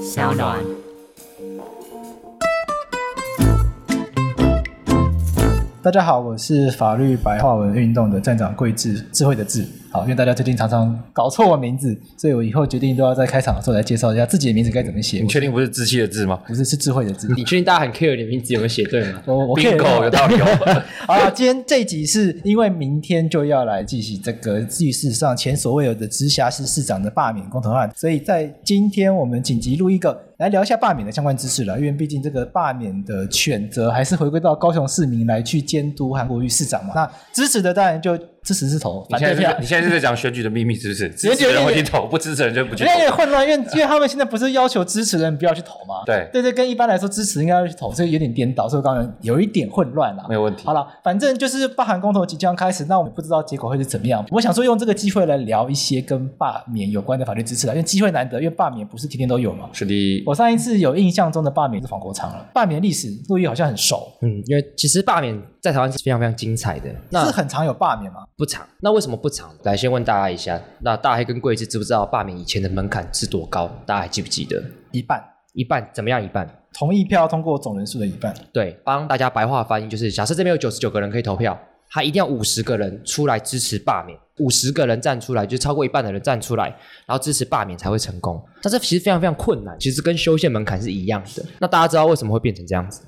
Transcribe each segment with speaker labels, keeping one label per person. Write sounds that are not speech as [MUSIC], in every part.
Speaker 1: 小暖。
Speaker 2: 大家好，我是法律白话文运动的站长桂智，智慧的智。好，因为大家最近常常搞错我名字，所以我以后决定都要在开场的时候来介绍一下自己的名字该怎么写
Speaker 3: 你。确定不是志气的志吗？
Speaker 2: 不是是智慧的智， [LAUGHS]
Speaker 4: 你确定大家很 care 你的名字有没有写对吗？
Speaker 2: 我我
Speaker 3: Bingo，
Speaker 2: care
Speaker 3: 有道理
Speaker 2: [LAUGHS]
Speaker 3: 哦。
Speaker 2: 好了，今天这一集是因为明天就要来进行这个历史上前所未有的直辖市市长的罢免公投案，所以在今天我们紧急录一个来聊一下罢免的相关知识了，因为毕竟这个罢免的选择还是回归到高雄市民来去监督韩国瑜市长嘛。那支持的当然就支持是投，
Speaker 3: 你
Speaker 2: 反
Speaker 3: 现 [LAUGHS] 在
Speaker 2: 对票
Speaker 3: 是，你现在是在讲选举的秘密，是不是？支持的人会去投，不支持的人就不去
Speaker 2: 有点
Speaker 3: 投。
Speaker 2: 混乱，因为因为他们现在不是要求支持的人不要去投吗？
Speaker 3: 对
Speaker 2: 对对，跟一般来说支持应该要去投，所以有点颠倒，所以我刚刚有一点混乱啦。
Speaker 3: 没有问题
Speaker 2: 好。了，反正就是罢韩公投即将开始，那我们不知道结果会是怎么样。我想说用这个机会来聊一些跟罢免有关的法律知识啦，因为机会难得，因为罢免不是天天都有嘛。
Speaker 3: 是的，
Speaker 2: 我上一次有印象中的罢免是黄国昌了，罢免历史陆毅好像很熟，
Speaker 4: 嗯，因为其实罢免在台湾是非常非常精彩的。
Speaker 2: 是
Speaker 4: 那
Speaker 2: 很常有罢免吗？
Speaker 4: 不长，那为什么不长？来，先问大家一下，那大黑跟贵志知不知道罢免以前的门槛是多高？大家还记不记得？
Speaker 2: 一半
Speaker 4: 一半怎么样？一半？
Speaker 2: 同意票通过总人数的一半，
Speaker 4: 对，帮大家白话翻译就是，假设这边有九十九个人可以投票，他一定要五十个人出来支持罢免，五十个人站出来，就超过一半的人站出来，然后支持罢免才会成功。但这其实非常非常困难，其实跟修宪门槛是一样的。那大家知道为什么会变成这样子？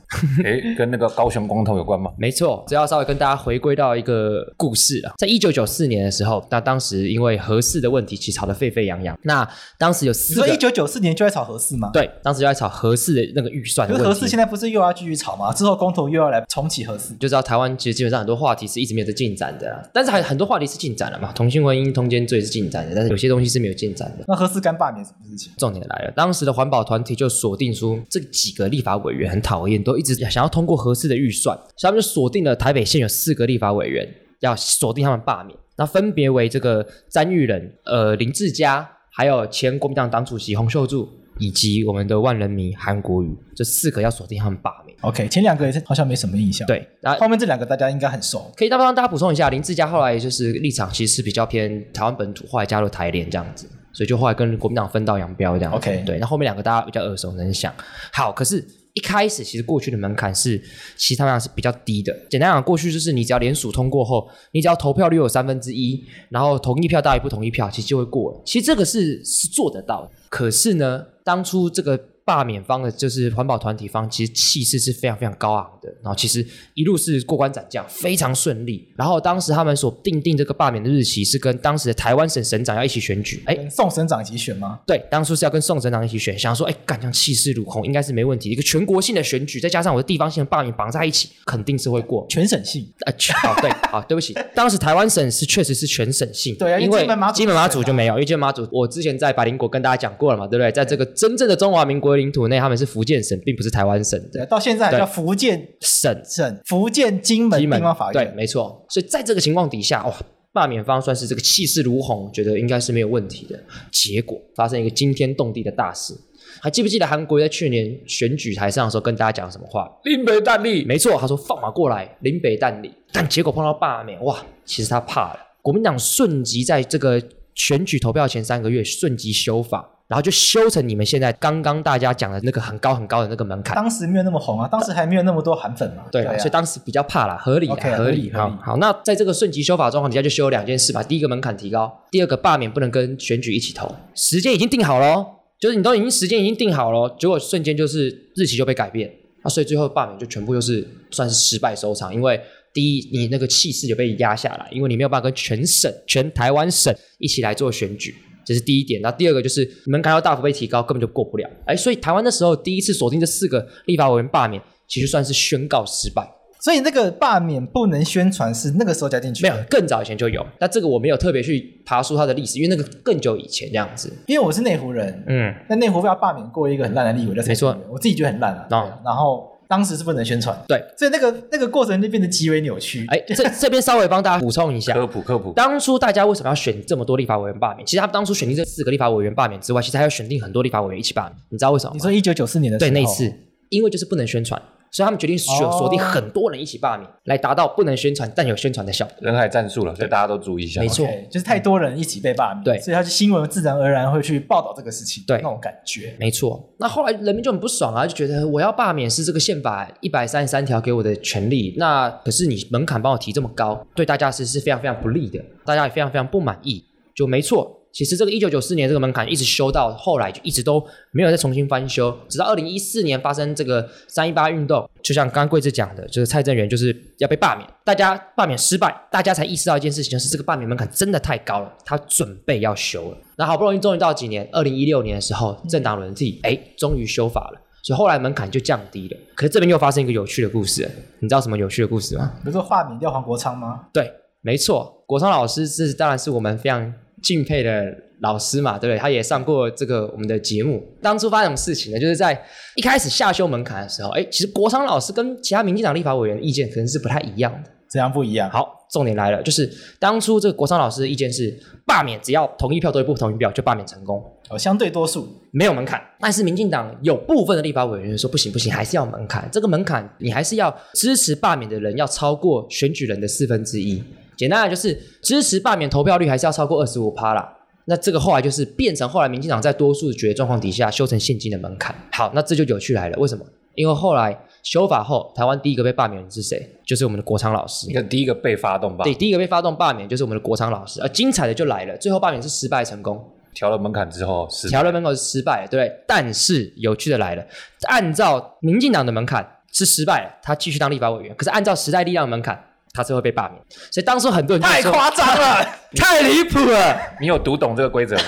Speaker 3: 诶，跟那个高雄公投有关吗？
Speaker 4: 没错，只要稍微跟大家回归到一个故事啊，在一九九四年的时候，那当时因为核四的问题，其实吵得沸沸扬扬。那当时有
Speaker 2: 你
Speaker 4: 四
Speaker 2: 说
Speaker 4: 个
Speaker 2: 一九九四年就在炒合适吗？。
Speaker 4: 对，当时就在吵核四的那个预算的
Speaker 2: 可
Speaker 4: 问
Speaker 2: 是
Speaker 4: 题。
Speaker 2: 合适现在不是又要继续炒吗？之后公投又要来重启合适
Speaker 4: 你，就知道台湾其实基本上很多话题是一直没有在进展的啦，但是还很多话题是进展了嘛，同性婚姻、通奸罪是进展的，但是有些东西是没有进展的。
Speaker 2: 那合适干罢免什么事情？
Speaker 4: 重点来了，当时的环保团体就锁定出这几个立法委员很讨厌，都一直想要通过合适的预算，所以他们就锁定了台北县有四个立法委员要锁定他们罢免，那分别为这个詹玉仁、呃林志嘉，还有前国民党党主席洪秀柱。以及我们的万人迷韩国瑜，这四个要锁定他们罢免。
Speaker 2: OK，前两个也是好像没什么印象，，
Speaker 4: 对，啊然后
Speaker 2: 后面这两个大家应该很熟。
Speaker 4: 可以再帮大家补充一下，林志嘉后来就是立场其实是比较偏台湾本土，后来加入台联这样子，所以就后来跟国民党分道扬镳这样子。
Speaker 2: OK
Speaker 4: 对，那后面两个大家比较耳熟能详。好，可是。一开始其实过去的门槛是，其实他们俩是比较低的。简单讲，过去就是你只要联署通过后，你只要投票率有三分之一，然后同意票大于不同意票，其实就会过了。其实这个是是做得到的。可是呢，当初这个罢免方的，就是环保团体方，其实气势是非常非常高昂的。然后其实一路是过关斩将，非常顺利。然后当时他们所定定这个罢免的日期是跟当时的台湾省省长要一起选举，哎，
Speaker 2: 跟宋省长一起选吗？
Speaker 4: 对，当初是要跟宋省长一起选，想说，哎，干将气势如虹，应该是没问题。一个全国性的选举，再加上我的地方性的罢免绑在一起，肯定是会
Speaker 2: [LAUGHS]
Speaker 4: 过。
Speaker 2: 全省性，
Speaker 4: 呃，全哦，对，好，对不起， [LAUGHS] 当时台湾省是确实是全省性的，
Speaker 2: 对啊因
Speaker 4: 因
Speaker 2: 为
Speaker 4: 为
Speaker 2: 金门马祖
Speaker 4: 金门马祖就没有，因为金门马祖，我之前在百灵国跟大家讲过了嘛，对不对？在这个真正的中华民国领土内，他们是福建省，并不是台湾省
Speaker 2: 对，
Speaker 4: 的
Speaker 2: 到现在还
Speaker 4: 对
Speaker 2: 叫福建
Speaker 4: 省。
Speaker 2: 省福建金门
Speaker 4: 金
Speaker 2: 地
Speaker 4: 门
Speaker 2: 方法
Speaker 4: 对，
Speaker 2: 院。
Speaker 4: 没错。所以在这个情况底下，哇，罢免方算是这个气势如虹，觉得应该是没有问题的。结果发生一个惊天动地的大事，还记不记得韩国瑜在去年选举台上的时候跟大家讲什么话？
Speaker 3: 林北大力，
Speaker 4: 没错，他说放马过来，林北蛋里。但结果碰到罢免，哇，其实他怕了。国民党瞬即在这个选举投票前三个月瞬即修法，然后就修成你们现在刚刚大家讲的那个很高很高的那个门槛。
Speaker 2: 当时没有那么红啊，当时还没有那么多韩粉嘛。
Speaker 4: 对
Speaker 2: 啊
Speaker 4: 啦，所以当时比较怕啦，合理啦
Speaker 2: OK 啊
Speaker 4: 合
Speaker 2: 合理
Speaker 4: 理
Speaker 2: 合
Speaker 4: 好
Speaker 2: 理
Speaker 4: 好，那在这个瞬级修法状况底下，就修了两件事嘛。第一个门槛提高，第二个罢免不能跟选举一起投，时间已经定好喽，就是你都已经时间已经定好了，哦结果瞬间就是日期就被改变，那所以最后罢免就全部就是算是失败收场，因为。第一，你那个气势就被压下来，因为你没有办法跟全省、全台湾省一起来做选举，这是第一点。那第二个就是门槛要大幅被提高，根本就过不了。哎，所以台湾那时候第一次锁定这四个立法委员罢免，其实算是宣告失败。
Speaker 2: 所以那个罢免不能宣传是那个时候加进去，
Speaker 4: 没有，，更早以前就有。那这个我没有特别去爬书它的历史，因为那个更久以前这样子。
Speaker 2: 因为我是内湖人，
Speaker 4: 嗯，
Speaker 2: 那内湖被他罢免过一个很烂的立委，叫陈
Speaker 4: 没错
Speaker 2: 水扁我自己觉得很烂啊。
Speaker 4: 哦
Speaker 2: 对啊然后当时是不能宣传，
Speaker 4: 对。
Speaker 2: 所以那个那个过程就变得极为扭曲。
Speaker 4: 哎，这 [LAUGHS] 这边稍微帮大家补充一下，
Speaker 3: 科普科普。
Speaker 4: 当初大家为什么要选这么多立法委员罢免？其实他们当初选定这四个立法委员罢免之哦外，其实还要选定很多立法委员一起罢免。你知道为什么
Speaker 2: 你
Speaker 4: 吗？
Speaker 2: 说一九九四年的时
Speaker 4: 对
Speaker 2: 候
Speaker 4: 那一次，因为就是不能宣传，所以他们决定选
Speaker 2: 哦
Speaker 4: 锁定很多人一起罢免，来达到不能宣传但有宣传的效果。
Speaker 3: 人海战术了，所以大家都注意一下。
Speaker 4: 没错
Speaker 2: OK，就是太多人一起被罢免，
Speaker 4: 对
Speaker 2: 所以他就新闻自然而然会去报道这个事情，
Speaker 4: 对
Speaker 2: 那种感觉。
Speaker 4: 没错，那后来人民就很不爽啊，就觉得我要罢免是这个宪法一百三十三条给我的权利，那可是你门槛帮我提这么高，对大家是是非常非常不利的，大家也非常非常不满意。就没错，其实这个一九九四年这个门槛一直修到后来就一直都没有再重新翻修，直到二零一四年发生这个三一八运动，就像刚刚贵志讲的，就是蔡正元就是要被罢免，大家罢免失败，大家才意识到一件事情，就是这个罢免门槛真的太高了，他准备要修了。那好不容易终于到几年，二零一六年的时候，政党轮替，哎，终于修法了。所以后来门槛就降低了，可是这边又发生一个有趣的故事，你知道什么有趣的故事吗？
Speaker 2: 不是化名叫黄国昌吗？
Speaker 4: 对，没错，国昌老师是当然是我们非常敬佩的老师嘛，对不对？他也上过这个我们的节目。当初发生什么事情呢？就是在一开始下修门槛的时候，哎，其实国昌老师跟其他民进党立法委员的意见可能是不太一样的。
Speaker 2: 这样不一样。
Speaker 4: 好，重点来了，就是当初这个国昌老师的意见是罢免，只要同意票多于不同意票就罢免成功。
Speaker 2: 哦，相对多数，
Speaker 4: 没有门槛，但是民进党有部分的立法委员说不行不行，还是要门槛。这个门槛你还是要支持罢免的人要超过选举人的四分之一。简单来就是支持罢免投票率还是要超过二十五趴啦。那这个后来就是变成后来民进党在多数决状况底下修成现金的门槛。好，那这就有趣来了，为什么？因为后来修法后，台湾第一个被罢免的人是谁？就是我们的国昌老师
Speaker 3: 你。看第一个被发动吧
Speaker 4: 对，，第一个被发动罢免就是我们的国昌老师。而精彩的就来了，最后罢免是失败成功。
Speaker 3: 调了门槛之后是
Speaker 4: 条论门口是失败了，对不对？但是有趣的来了，按照民进党的门槛是失败了，他继续当立法委员。可是按照时代力量的门槛，他是会被罢免。所以当初很多人就
Speaker 2: 太
Speaker 4: 说
Speaker 2: 夸张了！
Speaker 4: 太离谱了，
Speaker 3: 你有读懂这个规则吗？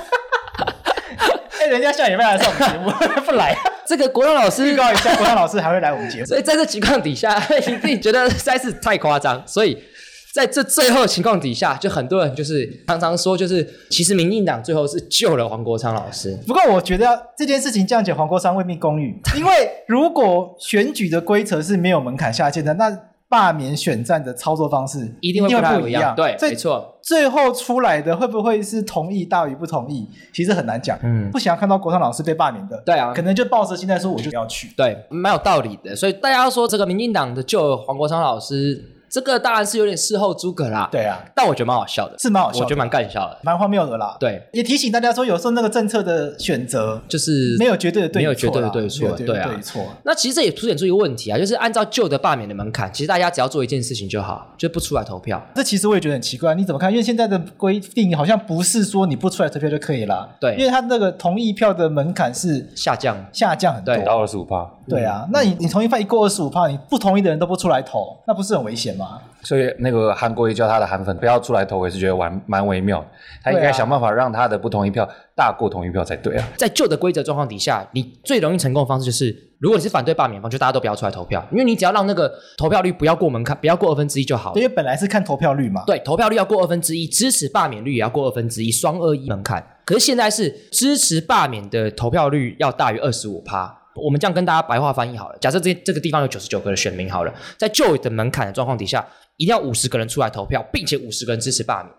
Speaker 2: [LAUGHS] 哎，人家下礼拜来上我们节
Speaker 4: [LAUGHS]
Speaker 2: 目，不来。
Speaker 4: 这个国荣老
Speaker 2: 预
Speaker 4: 师。
Speaker 2: 告一下，国昌老师还会来我们节目。
Speaker 4: 所以在这情况底下，一定觉得实在是太夸张，所以。在这最后的情况底下，就很多人就是常常说，就是其实民进党最后是救了黄国昌老师，
Speaker 2: 不过我觉得这件事情这样讲，黄国昌未必公允，因为如果选举的规则是没有门槛下限的，那罢免选战的操作方式
Speaker 4: 一定会
Speaker 2: 会
Speaker 4: 不太
Speaker 2: 一
Speaker 4: 一样。对，
Speaker 2: 所以
Speaker 4: 没错，
Speaker 2: 最后出来的会不会是同意大于不同意，其实很难讲。
Speaker 4: 嗯
Speaker 2: 不想要看到国昌老师被罢免的，
Speaker 4: 对啊
Speaker 2: 可能就抱着现在说我就不要去。
Speaker 4: 对，蛮有道理的。所以大家说这个民进党的救黄国昌老师，这个当然是有点事后诸葛啦。，
Speaker 2: 对啊，
Speaker 4: 但我觉得蛮好笑的，
Speaker 2: 是蛮好笑的
Speaker 4: 我觉得蛮干笑的。
Speaker 2: 蛮荒谬的啦。，
Speaker 4: 对，
Speaker 2: 也提醒大家说，有时候那个政策的选择
Speaker 4: 就是
Speaker 2: 没有绝对的对
Speaker 4: 没有
Speaker 2: 与
Speaker 4: 绝
Speaker 2: 错
Speaker 4: 对的
Speaker 2: 啦，
Speaker 4: 对错，
Speaker 2: 没有绝
Speaker 4: 对
Speaker 2: 对的
Speaker 4: 啊
Speaker 2: 对。错。
Speaker 4: 那其实这也凸显出一个问题啊，就是按照旧的罢免的门槛，其实大家只要做一件事情就好，就不出来投票。
Speaker 2: 这其实我也觉得很奇怪，你怎么看？因为现在的规定好像不是说你不出来投票就可以啦。
Speaker 4: 对
Speaker 2: 因为他那个同意票的门槛是
Speaker 4: 下降，
Speaker 2: 下降很多。
Speaker 4: 对
Speaker 3: 到二十五趴，
Speaker 2: 对啊，那你你同意票一过二十五票，你不同意的人都不出来投，那不是很危险吗？
Speaker 3: 所以那个韩国瑜叫他的韩粉不要出来投，我也是觉得蛮蛮微妙的。他应
Speaker 2: 对
Speaker 3: 该
Speaker 2: 啊
Speaker 3: 想办法让他的不同意票大过同意票才对啊。
Speaker 4: 在旧的规则状况底下，你最容易成功的方式就是，如果你是反对罢免方，就大家都不要出来投票，因为你只要让那个投票率不要过门槛，不要过二分之一就好了
Speaker 2: 因。为本来是看投票率嘛。
Speaker 4: 对，投票率要过二分之一，支持罢免率也要过二分之一，双二一门槛。可是现在是支持罢免的投票率要大于二十五趴。我们这样跟大家白话翻译好了，假设这这个地方有九十九个的选民好了，在旧的门槛的状况底下，一定要五十个人出来投票，并且五十个人支持罢免。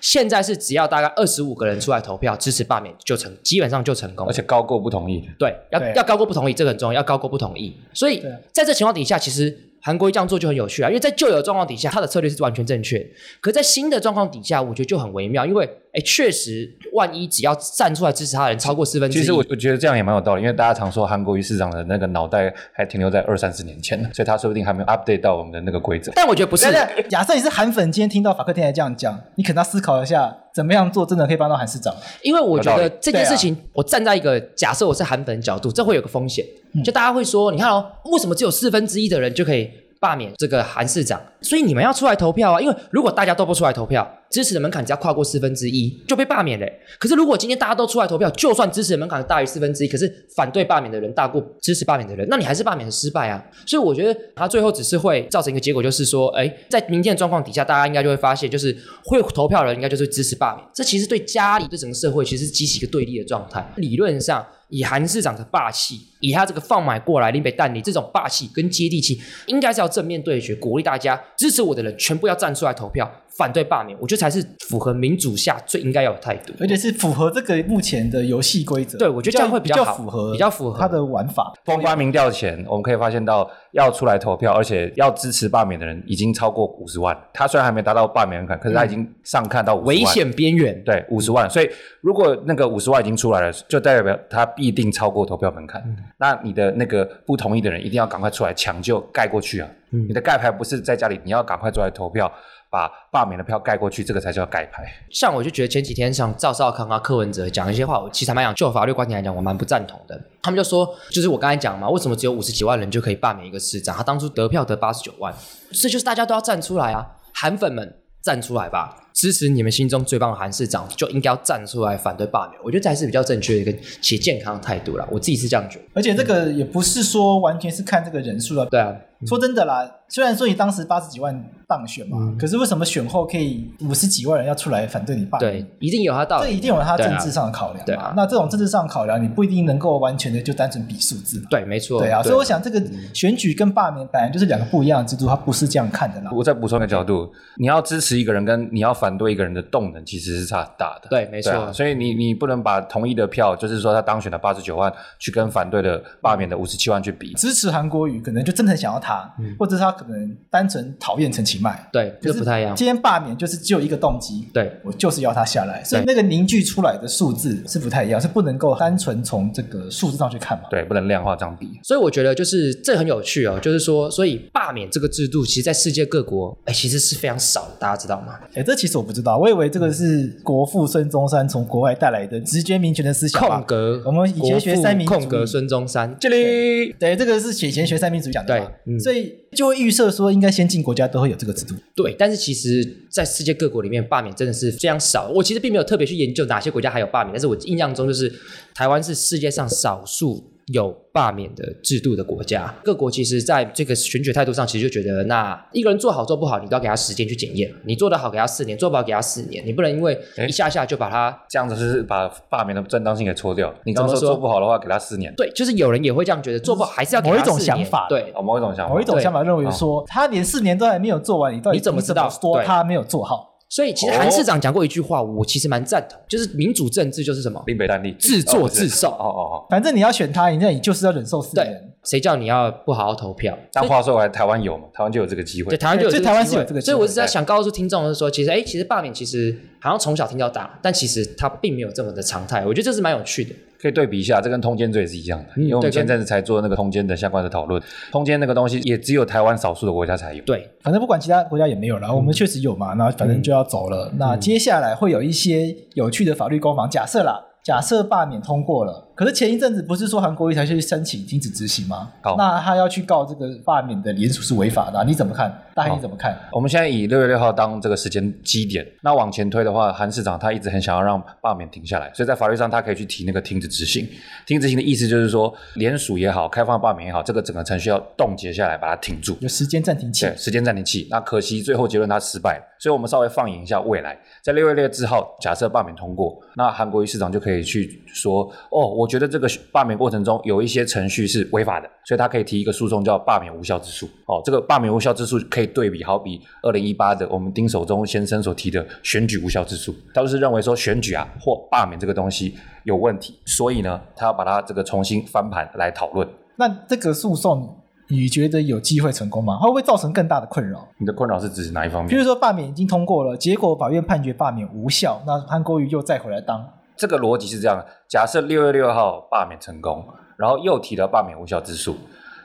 Speaker 4: 现在是只要大概二十五个人出来投票支持罢免就成，基本上就成功
Speaker 3: 而
Speaker 4: 了。
Speaker 3: 且高过不同意，
Speaker 4: 对，要
Speaker 2: 对
Speaker 4: 要高过不同意，这个很重要，要高过不同意。所以
Speaker 2: 对
Speaker 4: 在这情况底下，其实韩国瑜这样做就很有趣啊，因为在旧有的状况底下，他的策略是完全正确的，可在新的状况底下，我觉得就很微妙，因为哎，确实，万一只要站出来支持他的人超过四分之一，
Speaker 3: 其实我我觉得这样也蛮有道理，因为大家常说韩国瑜市长的那个脑袋还停留在二三十年前呢，所以他说不定还没有 update 到我们的那个规则。
Speaker 4: 但我觉得不是
Speaker 2: 对。对，假设你是韩粉，今天听到法克天才这样讲，你可能要思考一下，怎么样做真的可以帮到韩市长。
Speaker 4: 因为我觉
Speaker 3: 有
Speaker 4: 得
Speaker 3: 道理
Speaker 4: 这件
Speaker 2: 对啊
Speaker 4: 事情，我站在一个假设我是韩粉的角度，这会有个风险，
Speaker 3: 嗯
Speaker 4: 就大家会说，你看哦，为什么只有四分之一的人就可以罢免这个韩市长？所以你们要出来投票啊！因为如果大家都不出来投票，支持的门槛只要跨过四分之一就被罢免嘞。可是如果今天大家都出来投票，就算支持的门槛大于四分之一，可是反对罢免的人大过支持罢免的人，那你还是罢免的失败啊！所以我觉得他最后只是会造成一个结果，就是说，哎，在明天的状况底下，大家应该就会发现，就是会投票的人应该就是支持罢免。这其实对家里、对整个社会，其实是激起一个对立的状态。理论上，以韩市长的霸气，以他这个放买过来林北蛋里这种霸气跟接地气，应该是要正面对决，鼓励大家支持我的人全部要站出来投票，反对罢免，我觉得才是符合民主下最应该有的态度。
Speaker 2: 而且是符合这个目前的游戏规则。
Speaker 4: 对我觉得这样会比
Speaker 2: 较
Speaker 4: 较好
Speaker 2: 符合，
Speaker 4: 比较符合
Speaker 2: 它的玩法。
Speaker 3: 封发民调前，我们可以发现到要出来投票，而且要支持罢免的人已经超过五十万。他虽然还没达到罢免门槛，可是他已经上看到50万
Speaker 4: 危。险边缘，
Speaker 3: 对，五十万。所以如果那个五十万已经出来了，就代表他必定超过投票门
Speaker 4: 嗯
Speaker 3: 槛。那你的那个不同意的人一定要赶快出来抢救盖过去啊！
Speaker 4: 嗯
Speaker 3: 你的盖牌不是在家里，你要赶快出来投票，把罢免的票盖过去，这个才叫盖牌。
Speaker 4: 像我就觉得前几天像赵少康啊、柯文哲讲一些话，我其实坦白讲，就法律观点来讲，我蛮不赞同的。他们就说，就是我刚才讲嘛，为什么只有五十几万人就可以罢免一个市长？他当初得票得八十九万，这就是大家都要站出来啊，韩粉们站出来吧，支持你们心中最棒的韩市长，就应该要站出来反对罢免。我觉得这还是比较正确的一个且健康的态度啦，我自己是这样觉得。
Speaker 2: 而且这
Speaker 4: 嗯
Speaker 2: 个也不是说完全是看这个人数了。
Speaker 4: 对啊，
Speaker 2: 说真的啦，虽然说你当时八十几万当选嘛，
Speaker 4: 嗯
Speaker 2: 可是为什么选后可以五十几万人要出来反对你罢免？
Speaker 4: 对，一定有他道
Speaker 2: 这
Speaker 4: 理。
Speaker 2: 一定有它
Speaker 4: 对啊
Speaker 2: 政治上的考量
Speaker 4: 对
Speaker 2: 嘛
Speaker 4: 啊
Speaker 2: 那这种政治上的考量，你不一定能够完全的就单纯比数字嘛。
Speaker 4: 对，没嗯错。
Speaker 2: 对啊，所以我想这个选举跟罢免本来就是两个不一样的制度，它不是这样看的啦。
Speaker 4: 嗯
Speaker 3: 我再补充一个角度，你要支持一个人跟你要反对一个人的动能其实是差很大的。
Speaker 4: 对，没
Speaker 3: 对
Speaker 4: 错。
Speaker 3: 啊，所以你你不能把同意的票，就是说他当选的八十九万，去跟反对的罢免的五十七万去比。
Speaker 2: 支持韩国瑜可能就真的很想要他，或者是他可能单纯讨厌陈其迈，
Speaker 4: 对，
Speaker 2: 可
Speaker 4: 嗯这
Speaker 2: 是
Speaker 4: 不太一样。
Speaker 2: 今天罢免就是只有一个动机，
Speaker 4: 对，
Speaker 2: 我就是要他下来，所以那个凝聚出来的数字是不太一样，是不能够单纯从这个数字上去看嘛。
Speaker 3: 对，不能量化这样比。
Speaker 4: 所以我觉得就是这很有趣哦，就是说，所以罢免这个制度，其实在世界各国，哎，其实是非常少的，大家知道吗？
Speaker 2: 哎，这其实我不知道，我以为这个是国父孙中山从国外带来的直觉民权的思想吧
Speaker 4: 空格，
Speaker 2: 我们以前学三民主义
Speaker 4: 国父空格孙中山，
Speaker 3: 这里
Speaker 2: 对，这个是以前学三民主义讲的嘛，
Speaker 4: 对嗯
Speaker 2: 所以就会预设说，应该先进国家都会有这个制度。
Speaker 4: 对。但是其实，在世界各国里面，罢免真的是非常少。我其实并没有特别去研究哪些国家还有罢免，但是我印象中就是台湾是世界上少数。有罢免的制度的国家，各国其实在这个选举态度上，其实就觉得，那一个人做好做不好，你都要给他时间去检验。你做得好，给他四年；做不好，给他四年。你不能因为
Speaker 3: 哎
Speaker 4: 一下下就把他
Speaker 3: 这样子是把罢免的正当性给戳掉。你刚刚
Speaker 4: 怎么
Speaker 3: 说
Speaker 4: 说
Speaker 3: 做不好的话，给他四年。
Speaker 4: 对，就是有人也会这样觉得，做不好还是要给
Speaker 2: 某
Speaker 4: 他
Speaker 2: 一种
Speaker 4: 四年
Speaker 2: 想法
Speaker 4: 对
Speaker 3: 哦，某一种想法，
Speaker 2: 某一种
Speaker 4: 对哦
Speaker 2: 想法认为说，他连四年都还没有做完，你到底
Speaker 4: 你怎么知道
Speaker 2: 说
Speaker 4: 对
Speaker 2: 他没有做好？
Speaker 4: 所以其实
Speaker 2: 哦
Speaker 4: 韩市长讲过一句话，我其实蛮赞同，就是民主政治就是什么
Speaker 3: 林北丹利
Speaker 4: 自作自受。
Speaker 3: 哦哦哦。
Speaker 2: 反正你要选他，你那你就是要忍受四
Speaker 4: 对
Speaker 2: 年。，
Speaker 4: 谁叫你要不好好投票？
Speaker 3: 但话说回来，台湾有嘛？台湾就有这个机会
Speaker 4: 对，。台湾就有
Speaker 2: 对
Speaker 4: 这
Speaker 2: 就
Speaker 4: 个
Speaker 2: 台湾
Speaker 4: 机
Speaker 2: 是有
Speaker 4: 会
Speaker 2: 这个
Speaker 4: 所
Speaker 2: 机
Speaker 4: 以我
Speaker 2: 会
Speaker 4: 是在想告诉听众的是说，其实哎，其实罢免其实好像从小听到大，但其实它并没有这么的常态。我觉得这是蛮有趣的。
Speaker 3: 可以对比一下，这跟通奸罪是一样的，
Speaker 4: 嗯
Speaker 3: 因为我们
Speaker 4: 对
Speaker 3: 前
Speaker 4: 跟
Speaker 3: 阵子才做那个通奸的相关的讨论。通奸那个东西也只有台湾少数的国家才有。
Speaker 4: 对，
Speaker 2: 反正不管其他国家也没有了，
Speaker 4: 嗯
Speaker 2: 我们确实有嘛，那反正就要走了。那接下来会有一些有趣的法律攻防。假设啦，假设罢免通过了，可是前一阵子不是说韩国瑜才去申请停止执行吗？
Speaker 4: 哦
Speaker 3: 好
Speaker 2: 那他要去告这个罢免的联署是违法的啊、你怎么看？大黑
Speaker 4: 哦
Speaker 3: 好
Speaker 2: 你怎么看？
Speaker 3: 我们现在以六月六号当这个时间基点，那往前推的话，韩市长他一直很想要让罢免停下来，所以在法律上他可以去提那个停止执行。停止执行的意思就是说，联署也好，开放罢免也好，这个整个程序要冻结下来，把它停住。
Speaker 2: 有时间暂停期
Speaker 3: 对，，时间暂停器。那可惜最后结论它失败了，所以我们稍微放眼一下未来，在六月六日号，假设罢免通过，那韩国瑜市长就可以去说，哦，我觉得这个罢免过程中有一些程序是违法的，所以他可以提一个诉讼叫罢免无效之诉。哦，这个罢免无效之诉可以对比，好比二零一八的我们丁守中先生所提的选举无效之诉，他就是认为说选举啊或罢免这个东西有问题，所以呢，他要把它这个重新翻盘来讨论。
Speaker 2: 那这个诉讼，你觉得有机会成功吗？它会不会造成更大的困扰？
Speaker 3: 你的困扰是指哪一方面
Speaker 2: 譬？如说，罢免已经通过了，结果法院判决罢免无效，那韩国瑜又再回来当，
Speaker 3: 这个逻辑是这样的：假设六月六号罢免成功，然后又提了罢免无效之诉，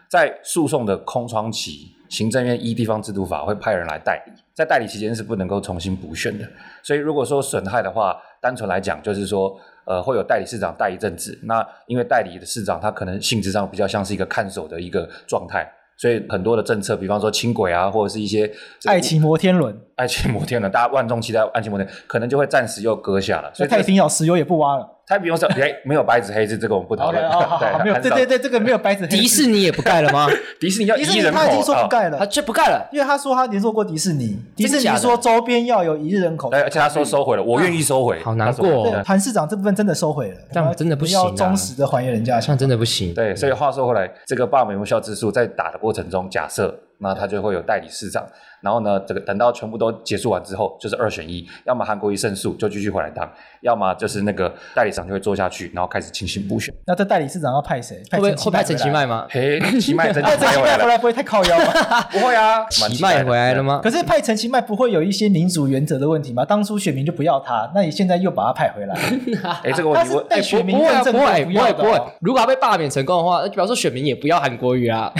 Speaker 3: 在诉讼的空窗期，行政院依地方制度法会派人来代理，在代理期间是不能够重新补选的。所以如果说损害的话，单纯来讲就是说，呃，会有代理市长代一阵子，那因为代理的市长他可能性质上比较像是一个看守的一个状态。所以很多的政策，比方说轻轨啊，或者是一些这个
Speaker 2: 爱情摩天轮，
Speaker 3: 爱情摩天轮，大家万众期待爱情摩天轮，可能就会暂时又搁下了。
Speaker 2: 那
Speaker 3: 所以这
Speaker 2: 太
Speaker 3: 个
Speaker 2: 平洋石油也不挖了。
Speaker 3: 他比如说，哎，没有白纸黑字，这个我们不讨
Speaker 2: OK，
Speaker 3: 论。
Speaker 2: 哦好好好，没有，
Speaker 3: 很
Speaker 2: 对
Speaker 3: 少
Speaker 2: 对对，这个没有白纸黑字。
Speaker 4: [LAUGHS] 迪士尼也不盖了 [LAUGHS] 吗？
Speaker 3: 迪士尼要一
Speaker 2: 迪士
Speaker 3: 亿
Speaker 2: 尼
Speaker 3: 人口，啊
Speaker 2: 他已经说不盖
Speaker 4: 他
Speaker 2: 了，
Speaker 4: 啊这不盖了。
Speaker 2: 因为他说他连锁过迪士尼，迪
Speaker 4: 真
Speaker 2: 士
Speaker 4: 假
Speaker 2: 尼
Speaker 4: 的
Speaker 2: 说周边要有一日人口
Speaker 3: 哦。对，而且他说收回了，我愿
Speaker 2: 嗯
Speaker 3: 意收回，
Speaker 4: 好难过
Speaker 3: 他
Speaker 4: 哦
Speaker 3: 说
Speaker 2: 对，韩市长这部分真的收回了，
Speaker 4: 这样真的不行啊
Speaker 2: 我们要忠实的还原人家的
Speaker 4: 好
Speaker 2: 想
Speaker 4: 像
Speaker 2: 法。
Speaker 4: 真的不行，
Speaker 3: 对，所以话说回来，这个罢免无效之诉在打的过程中，假设那他就会有代理市长。然后呢，这个等到全部都结束完之后，就是二选一，要么韩国瑜胜诉就继续回来当，要么就是那个代理市长就会做下去，然后开始进行补选。
Speaker 2: 那这代理市长要派谁？
Speaker 4: 会
Speaker 2: 派
Speaker 4: 不会
Speaker 2: 陈
Speaker 4: 会拍陈其
Speaker 2: 迈回来？
Speaker 4: 迈吗？
Speaker 3: 嘿，奇
Speaker 2: [LAUGHS]
Speaker 3: 迈真
Speaker 2: 派陈
Speaker 3: 的 [LAUGHS] 回
Speaker 2: 其
Speaker 3: 来
Speaker 2: 迈回
Speaker 3: 了，
Speaker 2: 来不会太靠腰吗？
Speaker 3: 不会啊，蛮
Speaker 4: 奇
Speaker 3: 期待
Speaker 4: 迈
Speaker 3: 的
Speaker 4: 回来了？吗？
Speaker 2: [LAUGHS] 可是派陈其迈不会有一些民主原则的问题吗？当初选民就不要他，那你现在又把他派回来，
Speaker 3: 哎，这个问
Speaker 2: 啊他
Speaker 3: 题
Speaker 2: 是
Speaker 3: 我
Speaker 2: 被选民
Speaker 4: 不会啊
Speaker 2: 认
Speaker 4: 不
Speaker 2: 证
Speaker 4: 会
Speaker 2: 过
Speaker 4: 不
Speaker 2: 要
Speaker 4: 会
Speaker 2: 的
Speaker 4: 不
Speaker 2: 哦
Speaker 4: 会，如果他被罢免成功的话，那就表示说选民也不要韩国瑜 [LAUGHS] 啊，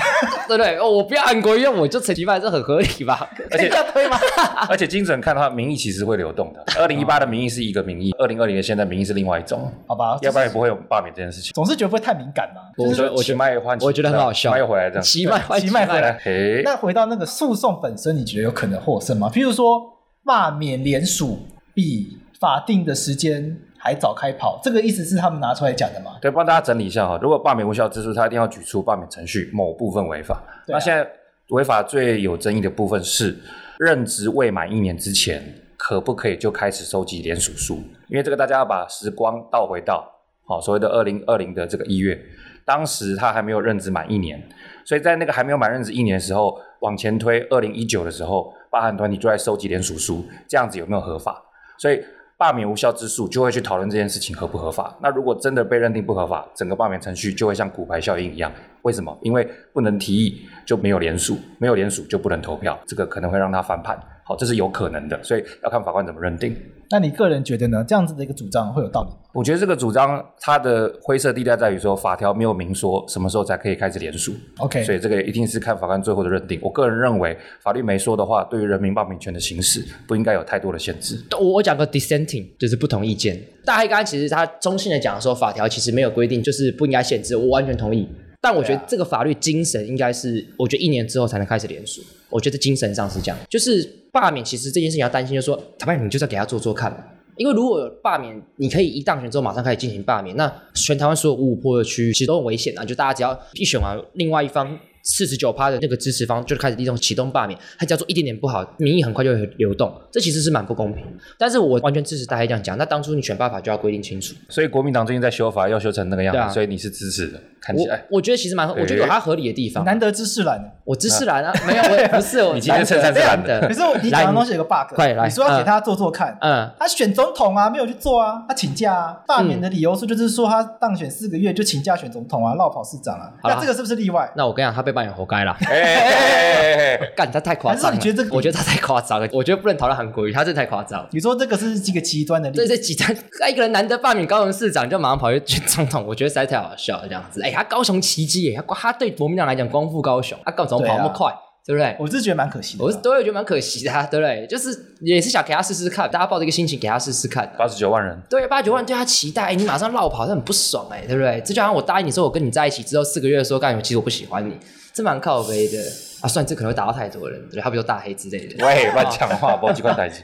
Speaker 4: 对不对？哦，我不要韩国瑜，那我就陈其迈，这很合理 [LAUGHS] 吧？
Speaker 3: 而且
Speaker 2: 要推吗？
Speaker 3: [LAUGHS] 而且精准看的话，民意其实会流动的。二零一八的民意是一个民意，二零二零的现在民意是另外一种，
Speaker 2: 好吧，
Speaker 3: 要不然也不会有罢免这件事情。
Speaker 2: 总是觉得不会太敏感嘛。
Speaker 4: 我
Speaker 3: 所以
Speaker 4: 我
Speaker 3: 奇迈换，
Speaker 4: 我觉得很好笑
Speaker 3: 奇迈又回来这样。哎
Speaker 4: [LAUGHS] 奇迈
Speaker 2: 对奇迈回来
Speaker 3: 嘿，
Speaker 2: 那回到那个诉讼本身，你觉得有可能获胜吗？譬如说罢免联署比法定的时间还早开跑，这个意思是他们拿出来讲的吗？
Speaker 3: 对，帮大家整理一下哈。如果罢免无效之诉，他一定要举出罢免程序某部分违法。
Speaker 2: 对啊
Speaker 3: 那现在违法最有争议的部分是，任职未满一年之前，可不可以就开始收集联署书？因为这个大家要把时光倒回到好所谓的二零二零的这个一月，当时他还没有任职满一年，所以在那个还没有满任职一年的时候，往前推二零一九的时候，罢韩团体就在收集联署书，这样子有没有合法？所以罢免无效之诉就会去讨论这件事情合不合法。那如果真的被认定不合法，整个罢免程序就会像骨牌效应一样。为什么？因为不能提议就没有联署，没有联署就不能投票，这个可能会让他翻盘。好，这是有可能的，所以要看法官怎么认定。
Speaker 2: 那你个人觉得呢？这样子的一个主张会有道理吗？
Speaker 3: 我觉得这个主张它的灰色地带在于说，法条没有明说什么时候才可以开始联署，所
Speaker 2: OK，
Speaker 3: 以这个一定是看法官最后的认定。我个人认为，法律没说的话，对于人民罢免权的行使不应该有太多的限制。
Speaker 4: 我我讲个 dissenting，就是不同意见。大黑刚刚其实他中性的讲说，法条其实没有规定，就是不应该限制，我完全同意。但我觉
Speaker 2: 对
Speaker 4: 得
Speaker 2: 啊
Speaker 4: 这个法律精神应该是，我觉得一年之后才能开始联署。我觉得精神上是这样，就是罢免，其实这件事情要担心，就是说，坦白讲，你就是要给他做做看嘛。因为如果罢免，你可以一当选之后马上开始进行罢免，那全台湾所有五五坡的区域其实都很危险啊！就大家只要一选完，另外一方四十九趴的那个支持方就开始立动启动罢免，他只要做一点点不好，民意很快就会流动，这其实是蛮不公平。但是我完全支持大家这样讲，那当初你选办法就要规定清楚。
Speaker 3: 所以国民党最近在修法，要修成那个样子，
Speaker 4: 对啊
Speaker 3: 所以你是支持的，看起来。
Speaker 4: 我我觉得其实蛮，我觉得有它合理的地方。
Speaker 2: 难得知识了。
Speaker 4: 我支持蓝啊，没有，我不是 [LAUGHS] 我
Speaker 3: 你今天衬衫是蓝的
Speaker 2: 可是我你讲的东西有个 bug，
Speaker 4: 快来
Speaker 2: 你说要给他做做看，
Speaker 4: 嗯，
Speaker 2: 他选总统啊，没有去做啊，他请假啊，罢免的理由说就是说他当选四个月就请假选总统啊，绕跑市长啊，
Speaker 4: 好啦
Speaker 2: 那这个是不是例外？
Speaker 4: 那我跟你讲，他被罢免活该啦。
Speaker 3: 哎哎哎哎哎
Speaker 4: [LAUGHS] 干，他太夸张了。
Speaker 2: 还是你觉得这个
Speaker 4: 我觉得他太夸张了，我觉得不能讨论韩国瑜，他这太夸张了。
Speaker 2: 你说这个是一个极端的例
Speaker 4: 这
Speaker 2: 子，
Speaker 4: 这几张， [LAUGHS] 一个人难得罢免高雄市长，就马上跑去选总统，我觉得实在太好笑了。这样子，哎，他高雄奇迹耶，他他对国民党来讲光复高雄，他干嘛怎么跑那么快，对,、啊不对？
Speaker 2: 我是觉得蛮可惜的
Speaker 4: 我是
Speaker 2: 啦。
Speaker 4: 都会觉得蛮可惜的、啊，对不对？就是也是想给他试试看，大家抱着一个心情给他试试看。
Speaker 3: 八十九万人，
Speaker 4: 对，八
Speaker 2: 嗯
Speaker 4: 九万对他期待，哎，你马上绕跑，他很不爽，哎，对不对？这就好像我答应你说我跟你在一起之后四个月的时候，干，其实我不喜欢你，这蛮靠背的啊。算了，这可能会打到太多人，对不对，他比如打黑之类的。
Speaker 3: 喂，乱讲话，不好几块台阶。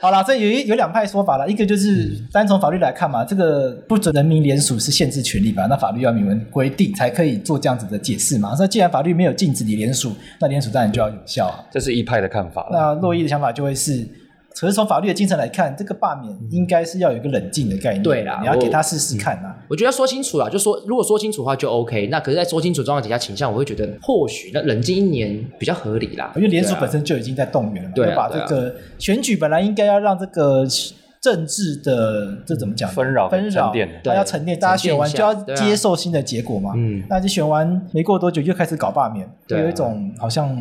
Speaker 2: 好啦，这有一有两派说法啦，一个就是
Speaker 4: 嗯
Speaker 2: 单从法律来看嘛，这个不准人民联署是限制权利吧？那法律要明文规定才可以做这样子的解释嘛。那既然法律没有禁止你联署，那联署当然就要有效啊。
Speaker 4: 嗯
Speaker 3: 这是一派的看法了。
Speaker 2: 那洛伊的想法就会是，可是从法律的精神来看，这个罢免应该是要有一个冷静的概念，
Speaker 4: 嗯对啦
Speaker 2: 你要
Speaker 4: 我嗯
Speaker 2: 给他试试看啊。
Speaker 4: 我觉得要说清楚啦，就说如果说清楚的话就 OK。那可是，在说清楚的状况底下，倾向我会觉得或许那冷静一年比较合理啦。
Speaker 2: 啊因为联署本身就已经在动员了嘛，
Speaker 4: 啊对啊
Speaker 2: 要把
Speaker 4: 对
Speaker 2: 这
Speaker 4: 啊
Speaker 2: 个选举本来应该要让这个政治的这怎么
Speaker 4: 嗯
Speaker 2: 讲
Speaker 3: 纷扰
Speaker 2: 纷扰
Speaker 3: 沉淀
Speaker 2: 它要
Speaker 4: 对
Speaker 2: 沉淀，大家选完
Speaker 4: 沉
Speaker 2: 就
Speaker 4: 淀
Speaker 2: 要
Speaker 4: 一下对啊
Speaker 2: 接受新的结果嘛。
Speaker 4: 嗯
Speaker 2: 那就选完没过多久又开始搞罢免，就
Speaker 4: 对啊
Speaker 2: 有一种好像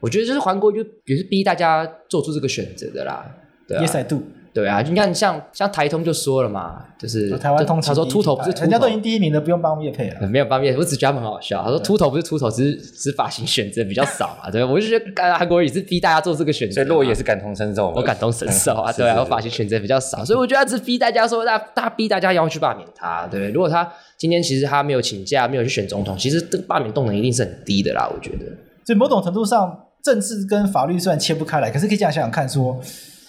Speaker 4: 我觉得就是韩国就也是逼大家做出这个选择的啦。对啊
Speaker 2: yes I do，
Speaker 4: 对啊，你看像像台通就说了嘛，就是
Speaker 2: 台湾通勤
Speaker 4: 啊他说
Speaker 2: 第一
Speaker 4: 秃头
Speaker 2: 品
Speaker 4: 不是
Speaker 2: 牌
Speaker 4: 秃头，
Speaker 2: 人家都已经第一名了，不用帮叶配了。
Speaker 4: 没有方面，我只觉得他们很好笑。他说秃头不是秃头，只是只是发型选择比较少嘛， [LAUGHS] 对吧我就觉得干韩国人也是逼大家做这个选择
Speaker 3: 所
Speaker 4: 嘛，
Speaker 3: 以洛也是感同身受嘛，
Speaker 4: 我感同身受啊，
Speaker 3: 是
Speaker 4: 对啊，
Speaker 3: 是
Speaker 4: 我发型选择比较少，所以我觉得他只逼大家说，大大逼大家要去罢免他，对不对？如果他今天其实他没有请假，没有去选总统，其实这个罢免动能一定是很低的啦，我觉得。
Speaker 2: 所以某种程度上，政治跟法律虽然切不开来，可是可以这样想想看说。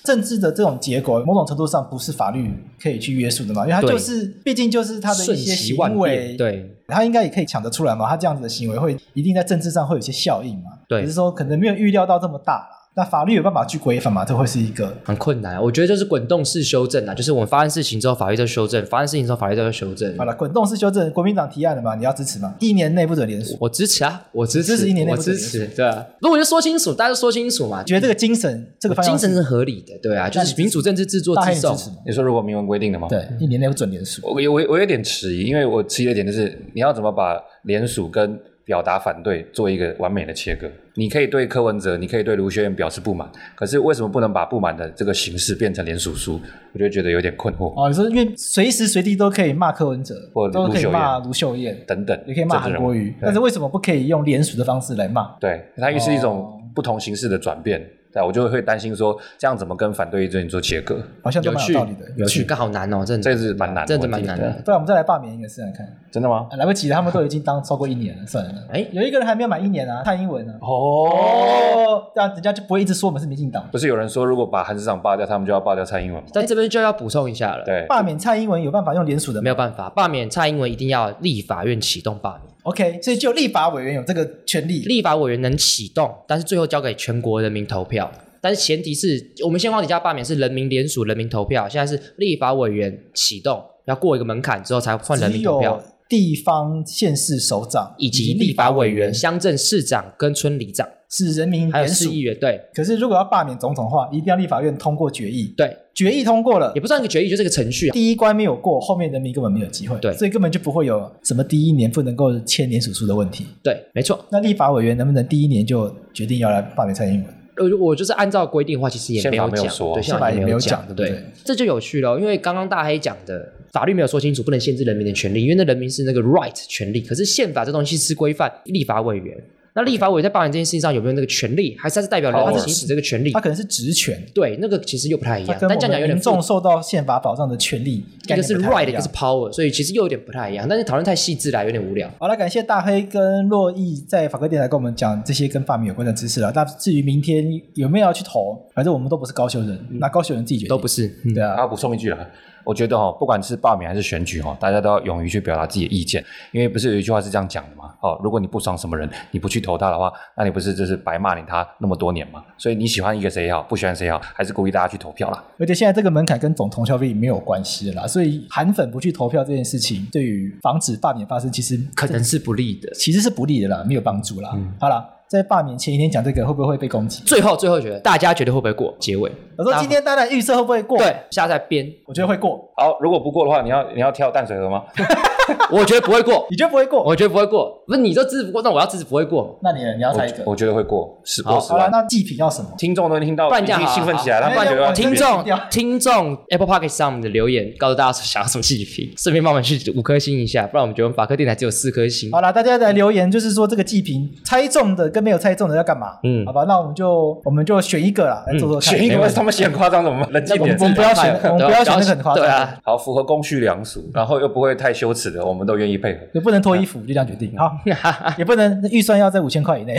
Speaker 2: 政治的这种结果，某种程度上不是法律可以去约束的嘛，因为它
Speaker 4: 对
Speaker 2: 就是，毕竟就是他的一
Speaker 4: 瞬
Speaker 2: 些
Speaker 4: 息
Speaker 2: 行
Speaker 4: 万
Speaker 2: 为，
Speaker 4: 变，对
Speaker 2: 他应该也可以想得出来嘛，他这样子的行为会一定在政治上会有一些效应嘛，
Speaker 4: 对
Speaker 2: 只是说可能没有预料到这么大啦。那法律有办法去规范吗？这会是一个
Speaker 4: 很困难。啊我觉得这是滚动式修正啊，就是我们发生事情之后，法律再修正；发生事情之后，法律再修正
Speaker 2: 好。了，滚动式修正，国民党提案了嘛？你要支持吗？一年内不准联署，
Speaker 4: 我支持啊，我支持，
Speaker 2: 支持一年内
Speaker 4: 我
Speaker 2: 不准
Speaker 4: 支持，对啊。那我就说清楚，大家就说清楚嘛，
Speaker 2: 觉得这个精神这个方向
Speaker 4: 哦精神是合理的，对啊，就
Speaker 2: 那你
Speaker 4: 是民主政治自作
Speaker 2: 大黑
Speaker 4: 自
Speaker 2: 你
Speaker 4: 受嗯
Speaker 2: 支。持吗？
Speaker 3: 你说如果明文规定的吗？，
Speaker 2: 对，一年内不准联署。
Speaker 3: 我有我我有点迟疑，因为我迟疑的点就是你要怎么把联署跟表达反对做一个完美的切割？你可以对柯文哲，你可以对卢学燕表示不满，可是为什么不能把不满的这个形式变成联署书？我就觉得有点困惑。
Speaker 2: 哦，你说因为随时随地都可以骂柯文哲
Speaker 3: 或，
Speaker 2: 都可以
Speaker 3: 卢秀
Speaker 2: 骂
Speaker 3: 燕
Speaker 2: 卢秀燕，
Speaker 3: 等等，
Speaker 2: 也可以骂
Speaker 3: 政治
Speaker 2: 韩
Speaker 3: 人物
Speaker 2: 国瑜，
Speaker 3: 对
Speaker 2: 但是为什么不可以用联署的方式来骂？
Speaker 3: 对，它也是一种不同形式的转变。对，啊我就会担心说，这样怎么跟反对意见做切割？
Speaker 2: 好像都
Speaker 4: 有
Speaker 2: 蛮
Speaker 4: 趣
Speaker 2: 有道理的，，
Speaker 4: 有趣，。刚好难哦，真的，
Speaker 3: 这是蛮难的
Speaker 4: 真的蛮难
Speaker 3: 我
Speaker 4: 的。
Speaker 2: 不然我们再来罢免一个试试看，
Speaker 3: 真的吗？
Speaker 2: 啊来不及了，他们都已经当超过一年了，算了。
Speaker 4: 哎
Speaker 2: 有一个人还没有满一年啊，蔡英文啊。
Speaker 3: 哦，
Speaker 2: 哦，这样人家就不会一直说我们是民进党。
Speaker 3: 不是有人说，如果把韩市长罢掉，他们就要罢掉蔡英文吗？
Speaker 4: 但这边就要补充一下了，，
Speaker 3: 对，
Speaker 2: 罢免蔡英文有办法用联署的吗
Speaker 4: 没有办法，罢免蔡英文一定要立法院启动罢免。
Speaker 2: ？OK，所以只有立法委员有这个权利。
Speaker 4: 立法委员能启动，但是最后交给全国人民投票。但是前提是我们先往底下罢免是人民联署、人民投票，现在是立法委员启动，要过一个门槛之后才算人
Speaker 2: 只
Speaker 4: 民投票
Speaker 2: 有，地方县市首长
Speaker 4: 以及立法委员、乡镇市长跟村里长，
Speaker 2: 是人民
Speaker 4: 还有
Speaker 2: 联
Speaker 4: 市
Speaker 2: 署。
Speaker 4: 议员，对
Speaker 2: 可是如果要罢免总统的话，一定要立法院通过决议，
Speaker 4: 对，
Speaker 2: 决议通过了
Speaker 4: 也。不算一个决议，就是个程序啊。
Speaker 2: 第一关没有过，后面人民根本没有机会，
Speaker 4: 对
Speaker 2: 所以根本就不会有什么第一年不能够签联署书的问题。
Speaker 4: 对，没错，
Speaker 2: 那立法委员能不能第一年就决定要来罢免蔡英文？
Speaker 4: 我我呃就是按照规定的话，其实也
Speaker 3: 宪
Speaker 4: 没
Speaker 3: 法
Speaker 4: 有
Speaker 3: 没有
Speaker 4: 讲，
Speaker 3: 说
Speaker 4: 对，
Speaker 2: 宪法也没有
Speaker 4: 讲，
Speaker 2: 讲对
Speaker 4: 对
Speaker 2: 不对
Speaker 4: 这就有趣了，因为刚刚大黑讲的法律没有说清楚，不能限制人民的权利，因为那人民是那个 right 权利，可是宪法这东西是规范立法委员，那立法委员在办理这件事情上有没有那个权利，还是他是代表人
Speaker 3: Power
Speaker 4: 他是行使这个权利
Speaker 2: 他？可能是职权，
Speaker 4: 对，那个其实又不太一
Speaker 2: 他
Speaker 4: 样，
Speaker 2: 跟
Speaker 4: 但这
Speaker 2: 我
Speaker 4: 样讲有
Speaker 2: 们
Speaker 4: 点
Speaker 2: 民
Speaker 4: 复
Speaker 2: 众受到宪法保障的权利
Speaker 4: 一
Speaker 2: 概
Speaker 4: 个
Speaker 2: 念
Speaker 4: 是
Speaker 2: 不太
Speaker 4: right，
Speaker 2: 一
Speaker 4: 一个
Speaker 2: 样
Speaker 4: 是。power，所以其实又有点不太一样，但是讨论太细致了，有点无聊。
Speaker 2: 好了，感谢大黑跟洛毅在法科电台跟我们讲这些跟罢免有关的知识了。那至于明天有没有要去投，反正我们都不是高雄人，那高雄人自己决定。
Speaker 4: 嗯都不是，嗯
Speaker 2: 对啊，
Speaker 3: 然后补充一句啦，我觉得哈、不管是罢免还是选举哈、大家都要勇于去表达自己的意见，因为不是有一句话是这样讲的嘛，哦，如果你不爽什么人，你不去投他的话，那你不是就是白骂你他那么多年嘛？所以你喜欢一个谁也好，不喜欢谁也好，还是鼓励大家去投票啦。
Speaker 2: 而且现在这个门槛跟总投票率没有关系了啦，所以韩粉不去投票这件事情，对于防止罢免发生，其实
Speaker 4: 可能是不利的。
Speaker 2: 其实是不利的啦，没有帮助啦。
Speaker 4: 嗯
Speaker 2: 好啦，在罢免前一天讲这个，会不会被攻击？
Speaker 4: 最后最后觉得大家觉得会不会过结尾？
Speaker 2: 我说今天当然预测会不会过？
Speaker 4: 对，下次再编，
Speaker 2: 我觉得会过，
Speaker 3: 好，如果不过的话，你要你要跳淡水河吗？
Speaker 4: [LAUGHS] 我觉得不会过，
Speaker 2: 你觉得不会过？
Speaker 4: 我觉得不会过，不是你这支持不过，那我要支持不会过。
Speaker 2: 那你呢你要猜一个
Speaker 3: 我。我觉得会过，十
Speaker 4: 好
Speaker 3: 过十
Speaker 2: 好了，
Speaker 3: 万。
Speaker 2: 那祭品要什么？
Speaker 3: 听众都听到
Speaker 4: 不然
Speaker 3: 已
Speaker 4: 这样
Speaker 3: 经
Speaker 4: 好
Speaker 3: 兴奋起来了，
Speaker 2: 好
Speaker 3: 不然觉得要啊
Speaker 2: 没有
Speaker 4: 听
Speaker 2: 我
Speaker 4: 众
Speaker 2: 啊掉
Speaker 4: 听众 Apple Podcast 上我们的留言，告诉大家想要什么剧
Speaker 2: [LAUGHS]
Speaker 4: 评，顺便帮我们去五颗星一下，不然我们觉得我们法科电台只有四颗星。
Speaker 2: 好啦，大家来留言，就是说这个祭品猜中的跟没有猜中的要干嘛？
Speaker 4: 嗯
Speaker 2: 好吧，那我们就我们就选一个啦，来做做看。
Speaker 3: 嗯选一
Speaker 4: 没
Speaker 3: 个哎
Speaker 4: 问题
Speaker 3: 他们嫌夸张，怎么办冷静
Speaker 2: 我
Speaker 3: 点
Speaker 2: 们我？们不要选，
Speaker 4: 对
Speaker 2: 我们不要选那个很夸张
Speaker 4: 对啊
Speaker 2: 的，，
Speaker 3: 好，符合公序良俗，然后又不会太羞耻的，我们都愿意配合。
Speaker 2: 也不能脱衣服，就这样决定。好，
Speaker 3: 嗯 [LAUGHS]
Speaker 2: 也不能预算要在五千块以内。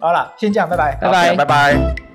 Speaker 2: 好了，先这样，拜拜。
Speaker 3: [LAUGHS]
Speaker 4: 拜拜
Speaker 3: 好拜拜。